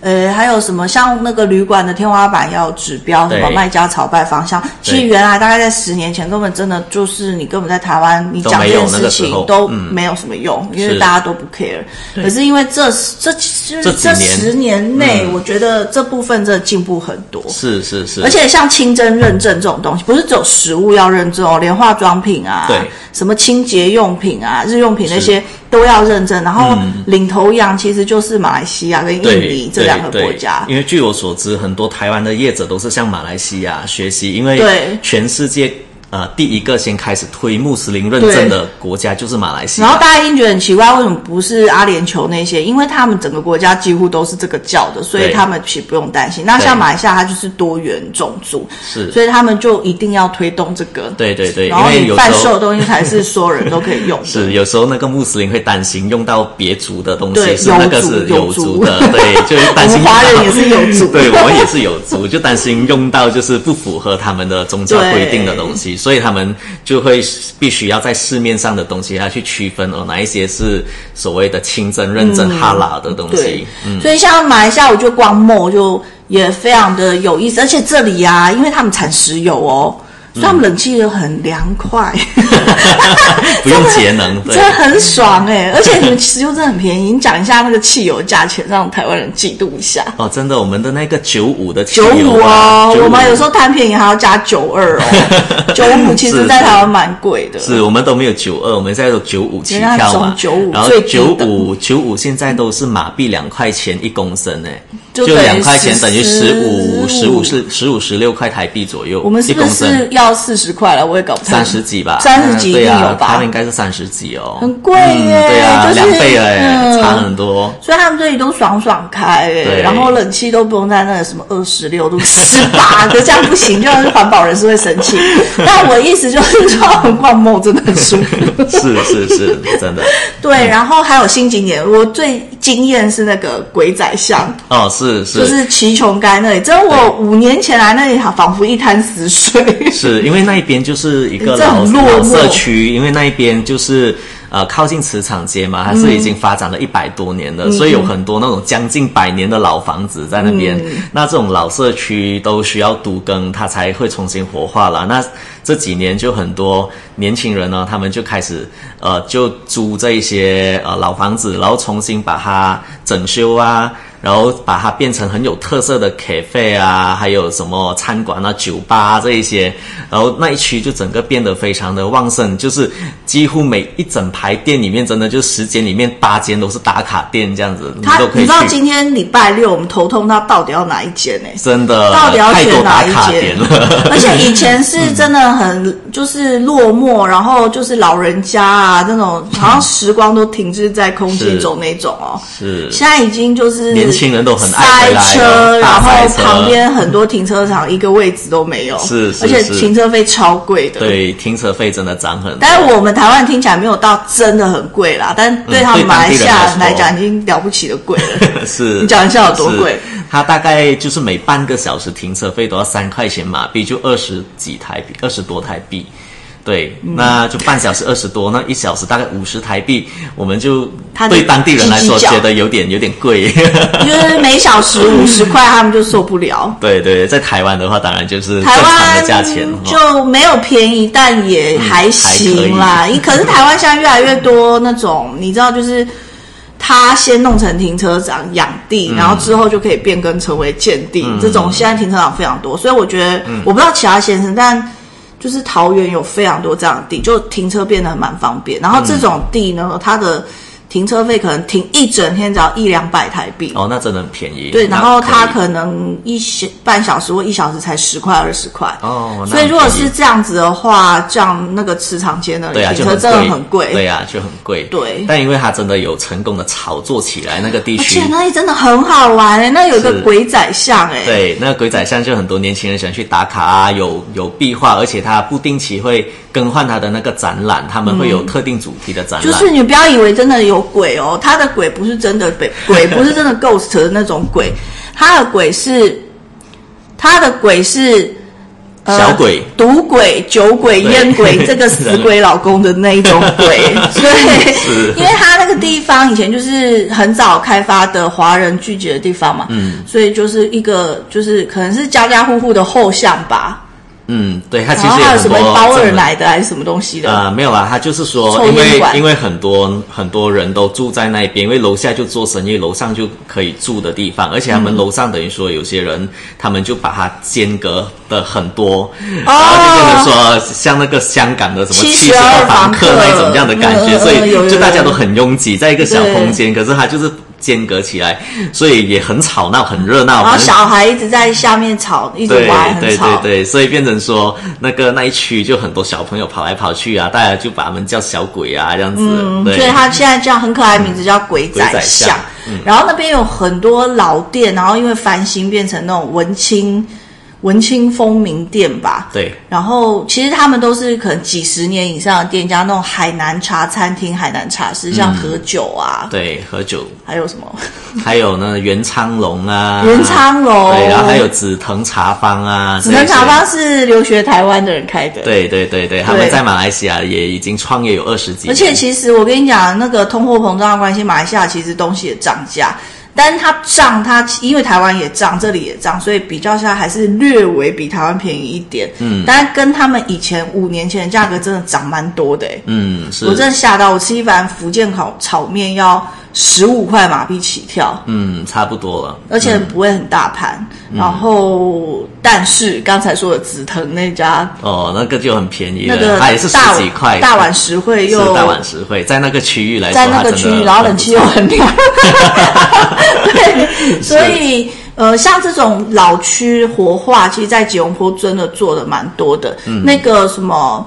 A: 呃还有什么像那个旅馆的天花板要有指标，什
B: 对
A: 么卖家朝拜方向，其
B: 对
A: 实原来大概在十年前根本真的就是你根本在台湾你
B: 都
A: 讲这
B: 没有
A: 件
B: 那
A: 事
B: 个时
A: 情
B: 候
A: 都
B: 嗯
A: 没有什么用，因为
B: 是
A: 大家都不 care。可是因为这这这
B: 这
A: 这
B: 几年嗯
A: 十年内，我觉得这部分真的进步很多。
B: 是是是，
A: 而且像清真认证这种东西，不是只有食物要认证哦，连化妆品啊，
B: 对
A: 什么清洁用品啊、日用品那些都要认证。然后领头羊其实就是马来西亚跟印
B: 嗯对
A: 尼这
B: 对
A: 两个国
B: 对
A: 家。
B: 因为据我所知，很多台湾的业者都是向马来西亚学习，因
A: 对
B: 为全世界呃第一个先开始推穆斯林认证的国家就是马来西
A: 然后
B: 亚。
A: 大家一定觉得很奇怪，为什么不是阿联酋那些？因为他们整个国家几乎都是这个教的，所以
B: 对
A: 他们其实不用担心。那
B: 对
A: 像马来西亚，它就是多元种族，
B: 是
A: 所以他们就一定要推动这个。
B: 对对对，
A: 然后
B: 因为
A: 你
B: 有
A: 贩
B: 时
A: 售的
B: 候
A: 东西才是所有人都可以用的。
B: 是有时候那个穆斯林会担心用到别族的东
A: 对
B: 西，是那个
A: 有族有
B: 是有
A: 族
B: 族的，对，就会担 心
A: 我们华人
B: 用到
A: 也是有族
B: 对我们也是有族，就担心用到就是不符合他们的宗教规定的东西，所以他们就会必须要在市面上的东西要去区分哦，哪一些是所谓的清真认证哈拉的东
A: 对
B: 西，，嗯
A: 所以像马来西亚，我就逛 mall 就也非常的有意思，而且这里啊，因为他们产石油哦，所
B: 嗯
A: 以他们冷气就很凉快，
B: 不用节能，对
A: 真的很爽 哎、而且你们石油真的很便宜，你讲一下那个汽油价钱，让台湾人嫉妒一下。
B: 哦，真的，我们的那个九五的汽
A: 九五
B: 油啊
A: 哦，
B: 95
A: 我们有时候贪便宜还要加九二 哦，九五其实
B: 是
A: 在台湾蛮贵的，
B: 是我们都没有九二，我们现在都九五起
A: 人家
B: 跳
A: 从
B: 嘛。
A: 95
B: 然后
A: 最低
B: 九
A: 的
B: 五九五现在都是马币两块钱一公升诶，
A: 就
B: 就
A: 等于
B: 两块钱等于十
A: 15
B: 五十五是十五十六块台币左右，
A: 我们是
B: 一
A: 不
B: 公
A: 是
B: 升
A: 要四十块了？我也搞不太
B: 三十几吧，
A: 30几
B: 嗯对
A: 一定有
B: 啊，
A: 吧
B: 他们应该是三十几哦，
A: 很贵耶
B: 嗯对啊，
A: 就是
B: 两倍了
A: 嗯
B: 诶，差很多。
A: 所以他们这里都爽爽开、欸，
B: 对
A: 然后冷气都不用在那个什么二十六度、十八度，这 样不行，就算是环保人士会生 气。但我意思就是说，逛梦真的很舒服。
B: 是是是，真的嗯
A: 对，然后还有新景点，我最惊艳是那个鬼仔巷，
B: 哦，是是，
A: 就是齐琼街那里，真的我五年前来那里仿佛一滩死水。
B: 是因为那一边就是一个
A: 这
B: 老
A: 很落寞
B: 老社区，因为那一边就是呃靠近磁场街嘛，它是已经发展了一百多年
A: 嗯
B: 了，所以有很多那种将近百年的老房子在那边。
A: 嗯
B: 那这种老社区都需要独耕，它才会重新活化啦。那这几年就很多年轻人呢，他们就开始呃就租这一些呃老房子，然后重新把它整修啊。然后把它变成很有特色的 cafe 啊，还有什么餐馆啊、酒吧、啊、这一些，然后那一区就整个变得非常的旺盛，就是几乎每一整排店里面，真的就十间里面八间都是打卡店这样子，你
A: 嗯他
B: 都，可
A: 你
B: 以
A: 知道
B: 去，
A: 今天礼拜六我们头痛，他到底要哪一间呢、
B: 真的
A: 到底要
B: 太多
A: 选哪
B: 打
A: 一
B: 卡
A: 间
B: 点了。
A: 而且以前是真的很就是落寞，然后就是老人家啊这种，好像时光都停滞在空气中那种哦。
B: 是
A: 现在已经就是
B: 年轻人都很爱
A: 塞
B: 回来
A: 车，
B: 的，
A: 然
B: 大塞
A: 后
B: 车
A: 旁边很多停车场一个位置都没有，
B: 是是
A: 而且
B: 是
A: 停车费超贵的。，
B: 对停车费真的涨很多。
A: 但是我们台湾听起来没有到真的很贵啦，但对他们
B: 嗯对
A: 马来西亚
B: 当地人
A: 人
B: 来
A: 来
B: 说
A: 讲已经了不起的贵 了。
B: 是，
A: 你讲一下有多贵
B: 是？它大概就是每半个小时停车费都要三块钱马币，就二十几台币，二十多台币。对，
A: 嗯
B: 那就半小时二十多，那一小时大概五十台币，我们就
A: 它就
B: 对当地人来说
A: 叽叽叫
B: 觉得有点有点贵。
A: 就是每小时五十块，他们就受不了。
B: 对对，在台湾的话，当然就是正
A: 台
B: 常的
A: 湾
B: 价钱。哦
A: 就没有便宜，但也还行
B: 嗯
A: 啦。可是台湾现在越来越多那种，你知道，就是他先弄成停车场养地，
B: 嗯
A: 然后之后就可以变更成为建地。这种现在停车场非常多，所以我觉得、
B: 嗯
A: 我不知道其他县市，但就是桃园有非常多这样的地，就停车变得蛮方便。然后这种地呢，它的停车费可能停一整天只要一两百台币。
B: 哦，那真的很便宜。
A: 对，然后
B: 它
A: 它可能一小半小时或一小时才十块二十块，
B: 哦，那
A: 所以如果
B: 很便宜
A: 是这样子的话，这样那个磁场间的
B: 对啊，
A: 停
B: 就
A: 车
B: 很
A: 真的
B: 贵，
A: 很贵，
B: 对啊，就很贵。
A: 对
B: 但因为它真的有成功的炒作起来，那个地
A: 而
B: 区
A: 且那里真的很好玩欸那有一个
B: 是
A: 鬼仔像哎、
B: 对，那鬼仔像就很多年轻人喜欢去打卡啊，有有壁画，而且它不定期会更换它的那个展览，他们会有特定主题的展览。
A: 嗯就是你不要以为真的有鬼哦，它的鬼不是真的鬼， 鬼不是真的 ghost 的那种鬼，它的鬼是它的鬼是。呃
B: 小鬼、
A: 赌鬼、酒鬼、
B: 对
A: 烟鬼，这个死鬼老公的那一种 鬼，
B: 是
A: 对，因为他那个地方以前就是很早开发的华人聚集的地方嘛，嗯，所以就是一个就是可能是家家户户的后巷吧，
B: 嗯，对，它其
A: 然后
B: 实有
A: 还有
B: 很
A: 什
B: 多
A: 么包
B: 这
A: 二
B: 种
A: 奶的还是什么东西的，
B: 呃，没有啦，他就是
A: 抽
B: 说，
A: 烟
B: 因为
A: 馆
B: 因为很多很多人都住在那边，因为楼下就做生意，楼上就可以住的地方，而且他们楼上等于说有些人，他们就把它间隔的很多，
A: 哦
B: 然后就变成说像那个香港的什么
A: 72
B: 七十二
A: 房
B: 房
A: 客
B: 客那种这样的感
A: 嗯嗯
B: 觉，
A: 嗯
B: 所
A: 有有
B: 以就大家
A: 有
B: 都很拥挤在一个小
A: 对
B: 空间，可是它就是间隔起来，所以也很吵闹，很热闹，
A: 然后
B: 反正
A: 小孩一直在下面吵，一直
B: 对
A: 玩，很
B: 对
A: 吵
B: 对。对，所以变成说那个那一区就很多小朋友跑来跑去啊，大家就把他们叫小鬼啊这样子。
A: 嗯，
B: 对
A: 所以他现在叫很可爱的名字叫鬼仔
B: 鬼仔
A: 巷
B: 巷。嗯
A: 然后那边有很多老店，然后因为翻新变成那种文青文青风名店吧。
B: 对
A: 然后其实他们都是可能几十年以上的店家，那种海南茶餐厅、海南茶室，像喝酒啊，
B: 对，喝酒，
A: 还有什么
B: 还有呢袁昌隆啊，
A: 袁昌隆
B: 对，然后还有紫藤茶坊啊，
A: 哦紫藤茶
B: 这
A: 坊
B: 些。
A: 是留学台湾的人开的。
B: 对对对对，他们在马来西亚也已经创业有二十几年，
A: 而且其实我跟你讲，那个通货膨胀的关系，马来西亚其实东西也涨价，但它涨它因为台湾也涨，这里也涨，所以比较下来还是略微比台湾便宜一点。嗯，但跟他们以前五年前的价格真的涨蛮多的、欸，
B: 嗯是，
A: 我真的吓到，我吃一碗福建烤炒面要十五块马币起跳。
B: 嗯差不多了。
A: 而且不会很大盘，
B: 嗯
A: 然后但是刚才说的紫藤那家
B: 哦，那个就很便宜
A: 那
B: 了，啊
A: 个
B: 它也是十
A: 大碗
B: 几块，
A: 大碗实惠
B: 是
A: 又
B: 大碗实惠，在那个区域来说，
A: 在那
B: 它
A: 个
B: 真
A: 区
B: 的
A: 域，然后冷
B: 不
A: 气
B: 错
A: 又很凉。对， 所以呃，像这种老区活化，其实在吉隆坡真的做的蛮多的。
B: 嗯
A: 那个什么。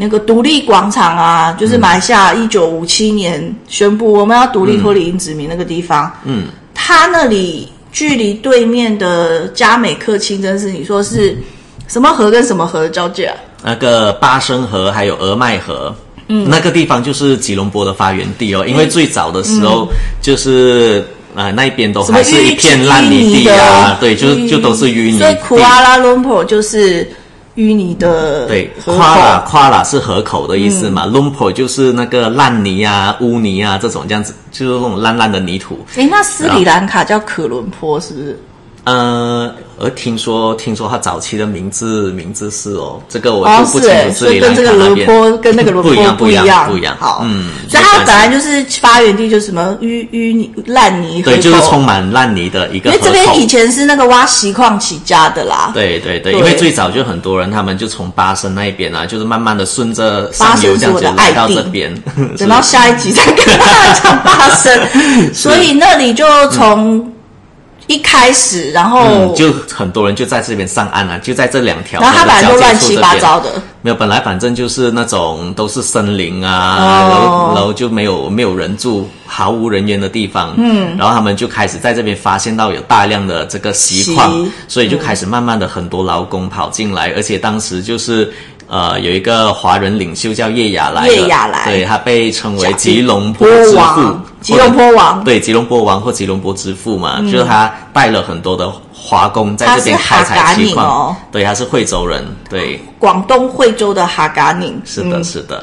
A: 那个独立广场啊，就是马来西亚
B: 嗯
A: 一九五七年宣布我们要独立脱离英殖民那个地方，嗯，它那里距离对面的加美克清真寺，你说是什么河跟什么河的交界啊？
B: 那个巴生河还有俄麦河。嗯，那个地方就是吉隆坡的发源地哦，因为最早的时候就是、呃那边都
A: 嗯什么
B: 还是一片烂
A: 淤泥
B: 泥地啊，
A: 的
B: 对，就
A: 淤
B: 就都是淤泥
A: 所以库
B: 地
A: 阿拉隆坡就是淤泥的
B: 对，
A: 河
B: 夸啦
A: 口。嗯
B: 夸啦是河口的意思嘛、l u m p o 就是那个烂泥啊、污泥啊这种这样子，就是那种烂烂的泥土。
A: 哎，那斯里兰卡叫可伦坡是不是？
B: 啊呃，而听说听说它早期的名字名字是哦，这个我
A: 哦，
B: 就不
A: 是
B: 清
A: 哎，
B: 楚
A: 所
B: 斯
A: 以
B: 里兰
A: 跟这
B: 卡
A: 个
B: 那
A: 伦
B: 边
A: 坡跟那个伦
B: 不一
A: 坡
B: 样
A: 不
B: 一
A: 样，
B: 样不一样，
A: 好，
B: 嗯，
A: 所以它
B: 没关系
A: 本来就是发源地，就是什么淤淤泥烂泥河
B: 对，
A: 口
B: 就是充满烂泥的一个
A: 因为
B: 河口。
A: 这边以前是那个挖锡矿起家的啦。
B: 对对对，
A: 对
B: 因为最早就很多人，他们就从巴生那一边啊，就是慢慢的顺着
A: 巴
B: 上
A: 生
B: 游这样
A: 是我
B: 子
A: 的
B: 来到
A: 爱地
B: 这边。
A: 等到下一集再跟大家讲发生。所以那里就从一开始，然后、
B: 嗯，就很多人就在这边上岸了、啊就在这两条。
A: 然后它本来就乱七八糟
B: 的。
A: 的，
B: 没有，本来反正就是那种都是森林啊，
A: 哦
B: 然后然后就没有没有人住，毫无人烟的地方。嗯，然后他们就开始在这边发现到有大量的这个锡矿
A: 锡，
B: 所以就开始慢慢的很多劳工跑进来，而且当时就是。呃，有一个华人领袖叫叶雅来的，
A: 叶雅来
B: 对他被称为
A: 叫
B: 吉隆坡之父
A: 王，，吉隆坡王，
B: 对吉隆坡王或吉隆坡之父嘛，就是他带了很多的华工在这边开
A: 他是哈
B: 采
A: 嘎
B: 锡
A: 宁
B: 矿，
A: 哦
B: 对，他是惠州人，对，
A: 广东惠州的哈嘎宁。嗯
B: 是的，是的，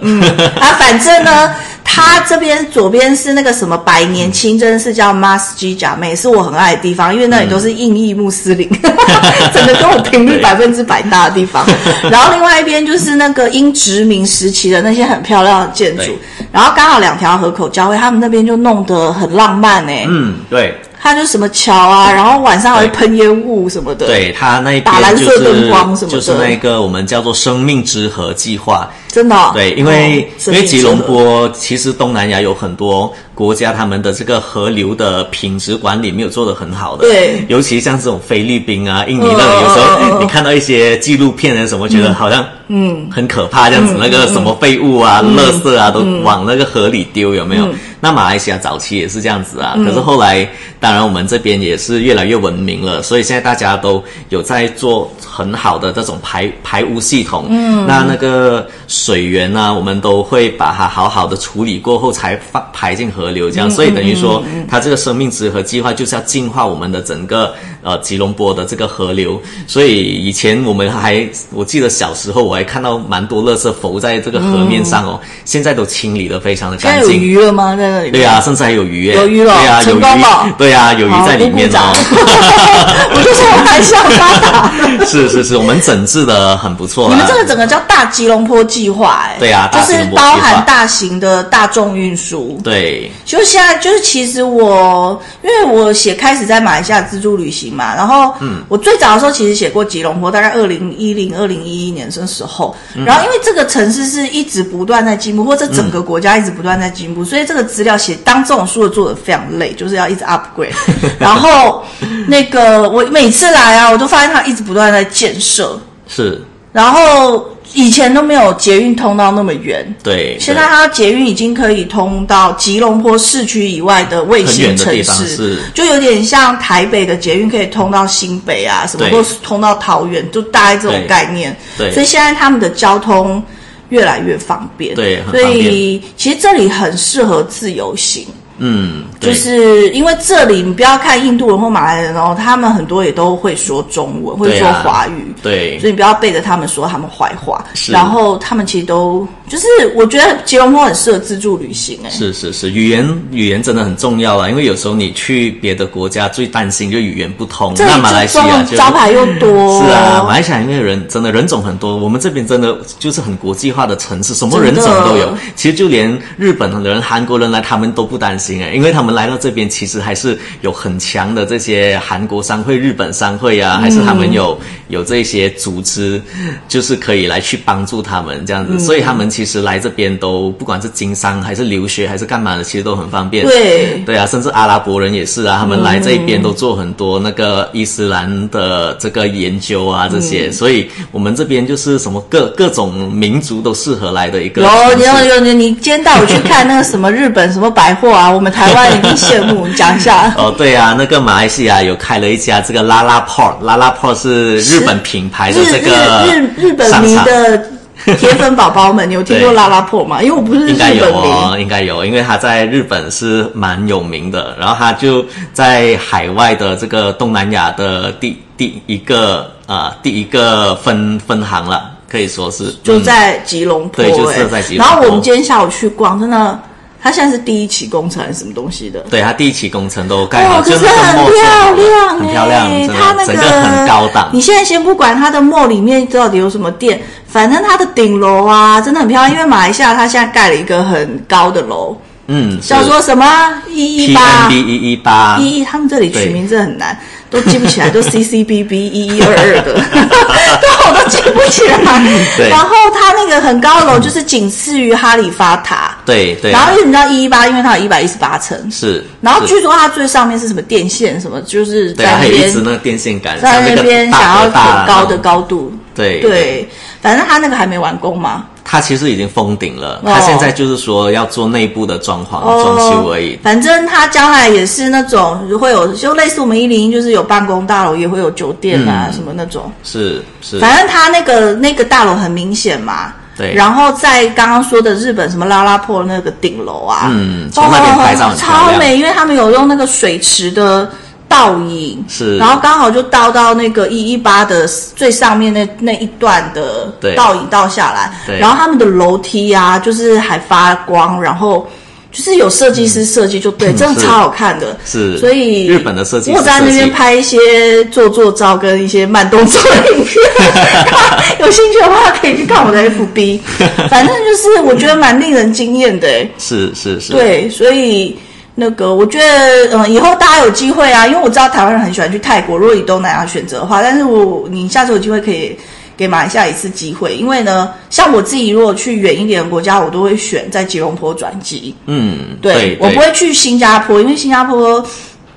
A: 啊，反正呢， 它这边左边是那个什么百年清真寺，叫 Masjid Jame，是我很爱的地方，因为那里都是印裔穆斯林， 整个跟我频率
B: 对
A: 百分之百搭的地 方。然后另外一边就是那个英殖民时期的那些很漂亮的建筑
B: 对，
A: 然后刚好两条河口交汇，他们那边就弄得很浪漫哎、
B: 嗯，对，
A: 它就什么桥啊，然后晚上还会喷烟雾什么的，，
B: 对他那一
A: 打蓝
B: 边就
A: 色灯
B: 是
A: 光什么的
B: 就是那个我们叫做生命之河计划，
A: 真的哦、
B: 对，因为、
A: 哦
B: 因为吉隆，坡其实东南亚有很多国家，他们的这个河流的品质管理没有做得很好的。
A: 对
B: 尤其像这种菲律宾啊、印尼
A: 嗯
B: 那里，有时
A: 嗯嗯
B: 候
A: 嗯
B: 你看到一些纪录片啊什么，觉得好像哦嗯很可怕这样子，那个什么废物啊、垃圾啊都往那个河里丢，有没有？那马来西亚早期也是这样子啊，可是后来当然我们这边也是越来越文明了，所以现在大家都有在做很好的这种排排污系统。嗯，那那个水源呢、我们都会把它好好的处理过后才放排进河流，这
A: 嗯
B: 样，所以等于说它这个生命之河计划就是要净化我们的整个呃吉隆坡的这个河流。所以以前我们还我记得小时候我还看到蛮多垃圾浮在这个河面上哦，现在都清理的非常的
A: 嗯现在
B: 干
A: 有
B: 净。
A: 鱼了吗？在那里面？
B: 对啊，甚至还有鱼耶，
A: 有鱼了
B: 对啊，有
A: 成
B: 鱼
A: 功了，
B: 对啊，有鱼在里面
A: 好
B: 哦
A: 鼓。 我就说我还想发达。
B: 是是是，我们整治的很不错啦。
A: 你们这个整个叫大吉隆坡计划、哎，
B: 对啊
A: 就
B: 大吉
A: 是
B: 隆坡计
A: 包
B: 划
A: 含大型的大众运输。
B: 对，
A: 就现在就是，其实我因为我写开始在马来西亚自助旅行嘛，然后我最早的时候其实写过吉隆坡，大概二零一零、二零一一年的时候，然后因为这个城市是一直不断在进步，或者整个国家一直不断在进步，所以这个资料写当这种书的做的非常累，就是要一直 upgrade。然后那个我每次来啊，我都发现它一直不断在建设，
B: 是，
A: 然后以前都没有捷运通道那么远，
B: 对。
A: 现在它捷运已经可以通到吉隆坡市区以外的卫星
B: 很
A: 城
B: 远的地方
A: 市
B: 是，
A: 就有点像台北的捷运可以通到新北啊，什么
B: 对
A: 或是通到桃园，就大概这种
B: 对
A: 概念。
B: 对
A: 所以现在他们的交通越来越方便。
B: 对很
A: 所
B: 方便
A: 以其实这里很适合自由行。
B: 嗯，对
A: 就是因为这里，你不要看印度人或马来人哦，他们很多也都会说中文，会
B: 对
A: 说
B: 啊
A: 华语，
B: 对
A: 所以你不要背着他们说他们坏话。
B: 是
A: 然后他们其实都就是，我觉得吉隆坡很适合自助旅行、哎，
B: 是是是，语言语言真的很重要啦，啊因为有时候你去别的国家最担心就语言不通。
A: 这
B: 那马来
A: 里
B: 西
A: 就中
B: 亚
A: 文
B: 就
A: 招牌又多，
B: 是啊，马来西亚因为人真的人种很多，我们这边真的就是很国际化的城市，什么人种都
A: 真
B: 有
A: 的。
B: 其实就连日本人、韩国人来，他们都不担心哎，因为他们来到这边，其实还是有很强的这些韩国商会、日本商会啊，还是他们有、有这些组织，就是可以来去帮助他们这样子。所以他们其实来这边都不管是经商还是留学还是干嘛的，其实都很方便。
A: 对
B: 对啊，甚至阿拉伯人也是啊，他们来这边都做很多那个伊斯兰的这个研究啊，这些，所以我们这边就是什么各各种民族都适合来的一个城市。
A: 有有有你你今天带我去看那个什么日本什么百货啊，我们台湾一定羡慕。你讲一下，
B: 哦，对啊，那个马来西亚有开了一家这个拉拉 port，拉拉 port 是日本品牌的
A: 日
B: 这个
A: 日日日本
B: 商
A: 迷
B: 场
A: 的铁粉宝宝们，你有听过
B: 对
A: 拉拉破吗？因为我不是日
B: 应该
A: 本迷。
B: 有哦，应该有，因为他在日本是蛮有名的，然后他就在海外的这个东南亚的第第一个呃第一个分分行了，可以说是
A: 就、
B: 嗯
A: 在吉隆坡、欸
B: 对就是在吉隆坡
A: 然后我们今天下午去逛，真的，它现在是第一期工程还是什么东西的？
B: 对他第一期工程都盖好，
A: 哦，可
B: 就是那个
A: 很
B: 墨色
A: 漂亮、欸，
B: 很漂亮，真的
A: 它那
B: 整个很高档。
A: 你现在先不管它的 mall 里面到底有什么店，反正它的顶楼啊，真的很漂亮。因为马来西亚它现在盖了一个很高的楼，
B: 嗯，
A: 叫做什么一一
B: P
A: 八
B: N B 一一八，
A: 一一，他们这里取
B: 对
A: 名字很难，都记不起 来，都 C C B B 一一二二的，都我都记不起来。
B: 对
A: 然后它那个很高的楼就是仅次于哈利法塔。
B: 对对
A: 然
B: 啊
A: 后为什么叫一一八？因为它有一百一十八层。
B: 是。
A: 然后
B: 是
A: 据说它最上面是什么电线，什么就是
B: 对
A: 在
B: 啊，还
A: 那
B: 有一
A: 边
B: 直那个电线杆，像
A: 在
B: 那
A: 那
B: 个
A: 边
B: 大
A: 想要
B: 哥大
A: 很高的
B: 那种
A: 高度。
B: 对
A: 对，反正他那个还没完工嘛，
B: 它其实已经封顶了，
A: 哦
B: 它现在就是说要做内部的装潢、哦装修而已。
A: 哦反正他将来也是那种会有，就类似我们一零一，就是有办公大楼，也会有酒店
B: 嗯
A: 啊、什么那种。
B: 是是，
A: 反正他那个那个大楼很明显嘛。
B: 对
A: 然后在刚刚说的日本什么拉拉破那个顶楼啊，
B: 嗯从那边拍照很漂亮
A: 哦超美，因为他们有用那个水池的倒影，
B: 是
A: 然后刚好就倒到那个一一八的最上面那那一段的
B: 对
A: 倒影倒下来，
B: 对
A: 然后他们的楼梯啊，就是还发光，然后。就是有设计师设计就对，真的
B: 嗯是
A: 超好看的。
B: 是
A: 所以
B: 日本的设计师
A: 我在那
B: 设
A: 边
B: 计
A: 拍一些做作照跟一些慢动作的 影片，有兴趣的话可以去看我的 FB。反正就是我觉得蛮令人惊艳的、欸，
B: 是是是，
A: 对，所以那个我觉得，嗯、以后大家有机会啊，因为我知道台湾人很喜欢去泰国，如果以东南亚选择的话，但是我你下次有机会可以。给马来西亚一次机会，因为呢，像我自己如果去远一点的国家，我都会选在吉隆坡转机。
B: 嗯，
A: 对
B: 对，
A: 我不会去新加坡，因为新加坡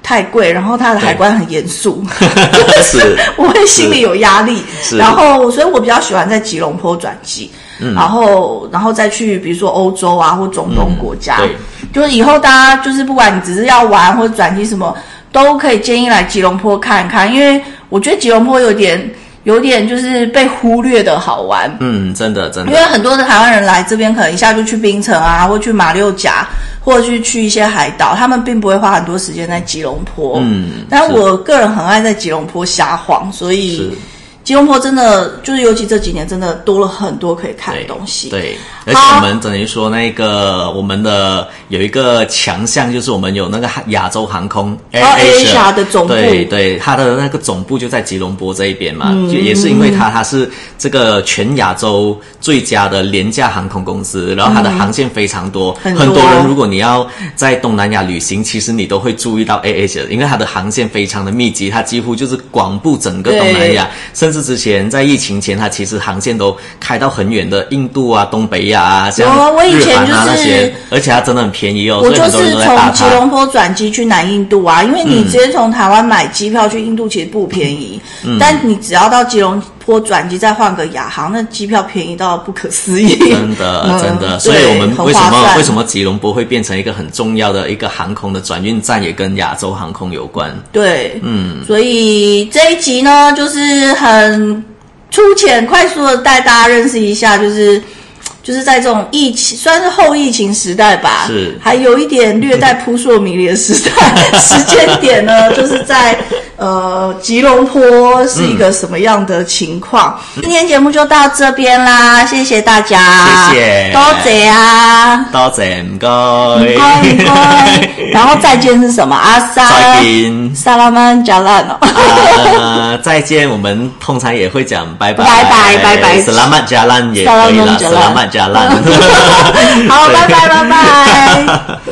A: 太贵，然后它的海
B: 对
A: 关很严肃，
B: 对是
A: 我会心里有压力。
B: 是嗯
A: 然后，所以我比较喜欢在吉隆坡转机，然后然后再去比如说欧洲啊或中东国家。
B: 嗯
A: 就
B: 对
A: 是以后大家就是不管你只是要玩或者转机什么，都可以建议来吉隆坡看看，因为我觉得吉隆坡有点有点就是被忽略的好玩。
B: 嗯，真的真
A: 因为
B: 的
A: 很多的台湾人来这边，可能一下就去槟城啊，或去马六甲，或者去去一些海岛，他们并不会花很多时间在吉隆坡。
B: 嗯
A: 但
B: 是
A: 我个人很爱在吉隆坡瞎晃，所以
B: 是
A: 吉隆坡真的就是，尤其这几年真的多了很多可以看的
B: 对
A: 东西。
B: 对，而且
A: 好
B: 我们等于说那个我们的有一个强项就是我们有那个亚洲航空 Air
A: 哦 Asia 的总部
B: 对对，它的那个总部就在吉隆坡这一边嘛，
A: 嗯
B: 就也是因为它它是这个全亚洲最佳的廉价航空公司，然后它的航线非常多，
A: 嗯很多
B: 很多人如果你要在东南亚旅行，其实你都会注意到 A H，因为它的航线非常的密集，它几乎就是广布整个东南亚，甚至之前在疫情前，它其实航线都开到很远的印度啊、东北亚啊，像
A: 有啊我以
B: 日
A: 前
B: 本啊
A: 就
B: 那
A: 是
B: 些，而且它真的很便宜哦，
A: 我
B: 所以
A: 就
B: 很多人
A: 是
B: 都在打
A: 从吉
B: 它。
A: 隆坡转机去南印度啊，因为
B: 嗯
A: 你直接从台湾买机票去印度其实不便宜，
B: 嗯
A: 但你只要到吉隆坡转机再换个亚航，那机票便宜到不可思议。
B: 真的，
A: 嗯
B: 真的，
A: 对
B: 所以我们
A: 很
B: 为什
A: 划
B: 么
A: 算
B: 为什么吉隆坡会变成一个很重要的一个航空的转运站，也跟亚洲航空有关。
A: 对，嗯，所以这一集呢，就是很粗浅、快速的带大家认识一下，就是就是在这种疫情，算是后疫情时代吧，
B: 是
A: 还有一点略带扑朔迷离的时代，时间点 呢，就是在呃吉隆坡是一个什么样的情况？
B: 嗯
A: 今天节目就到这边啦，谢谢大家，
B: 谢谢
A: 多谢啊，
B: 多谢，唔该，
A: 拜拜，然后再见是什么？阿三。
B: 再见。
A: 萨拉曼加烂哦。
B: 啊，再见。我们通常也会讲拜拜，
A: 拜拜拜拜
B: Selamat jalan 也可以啦
A: Selamat jalan
B: ，Selamat jalan。
A: 好，拜拜拜拜。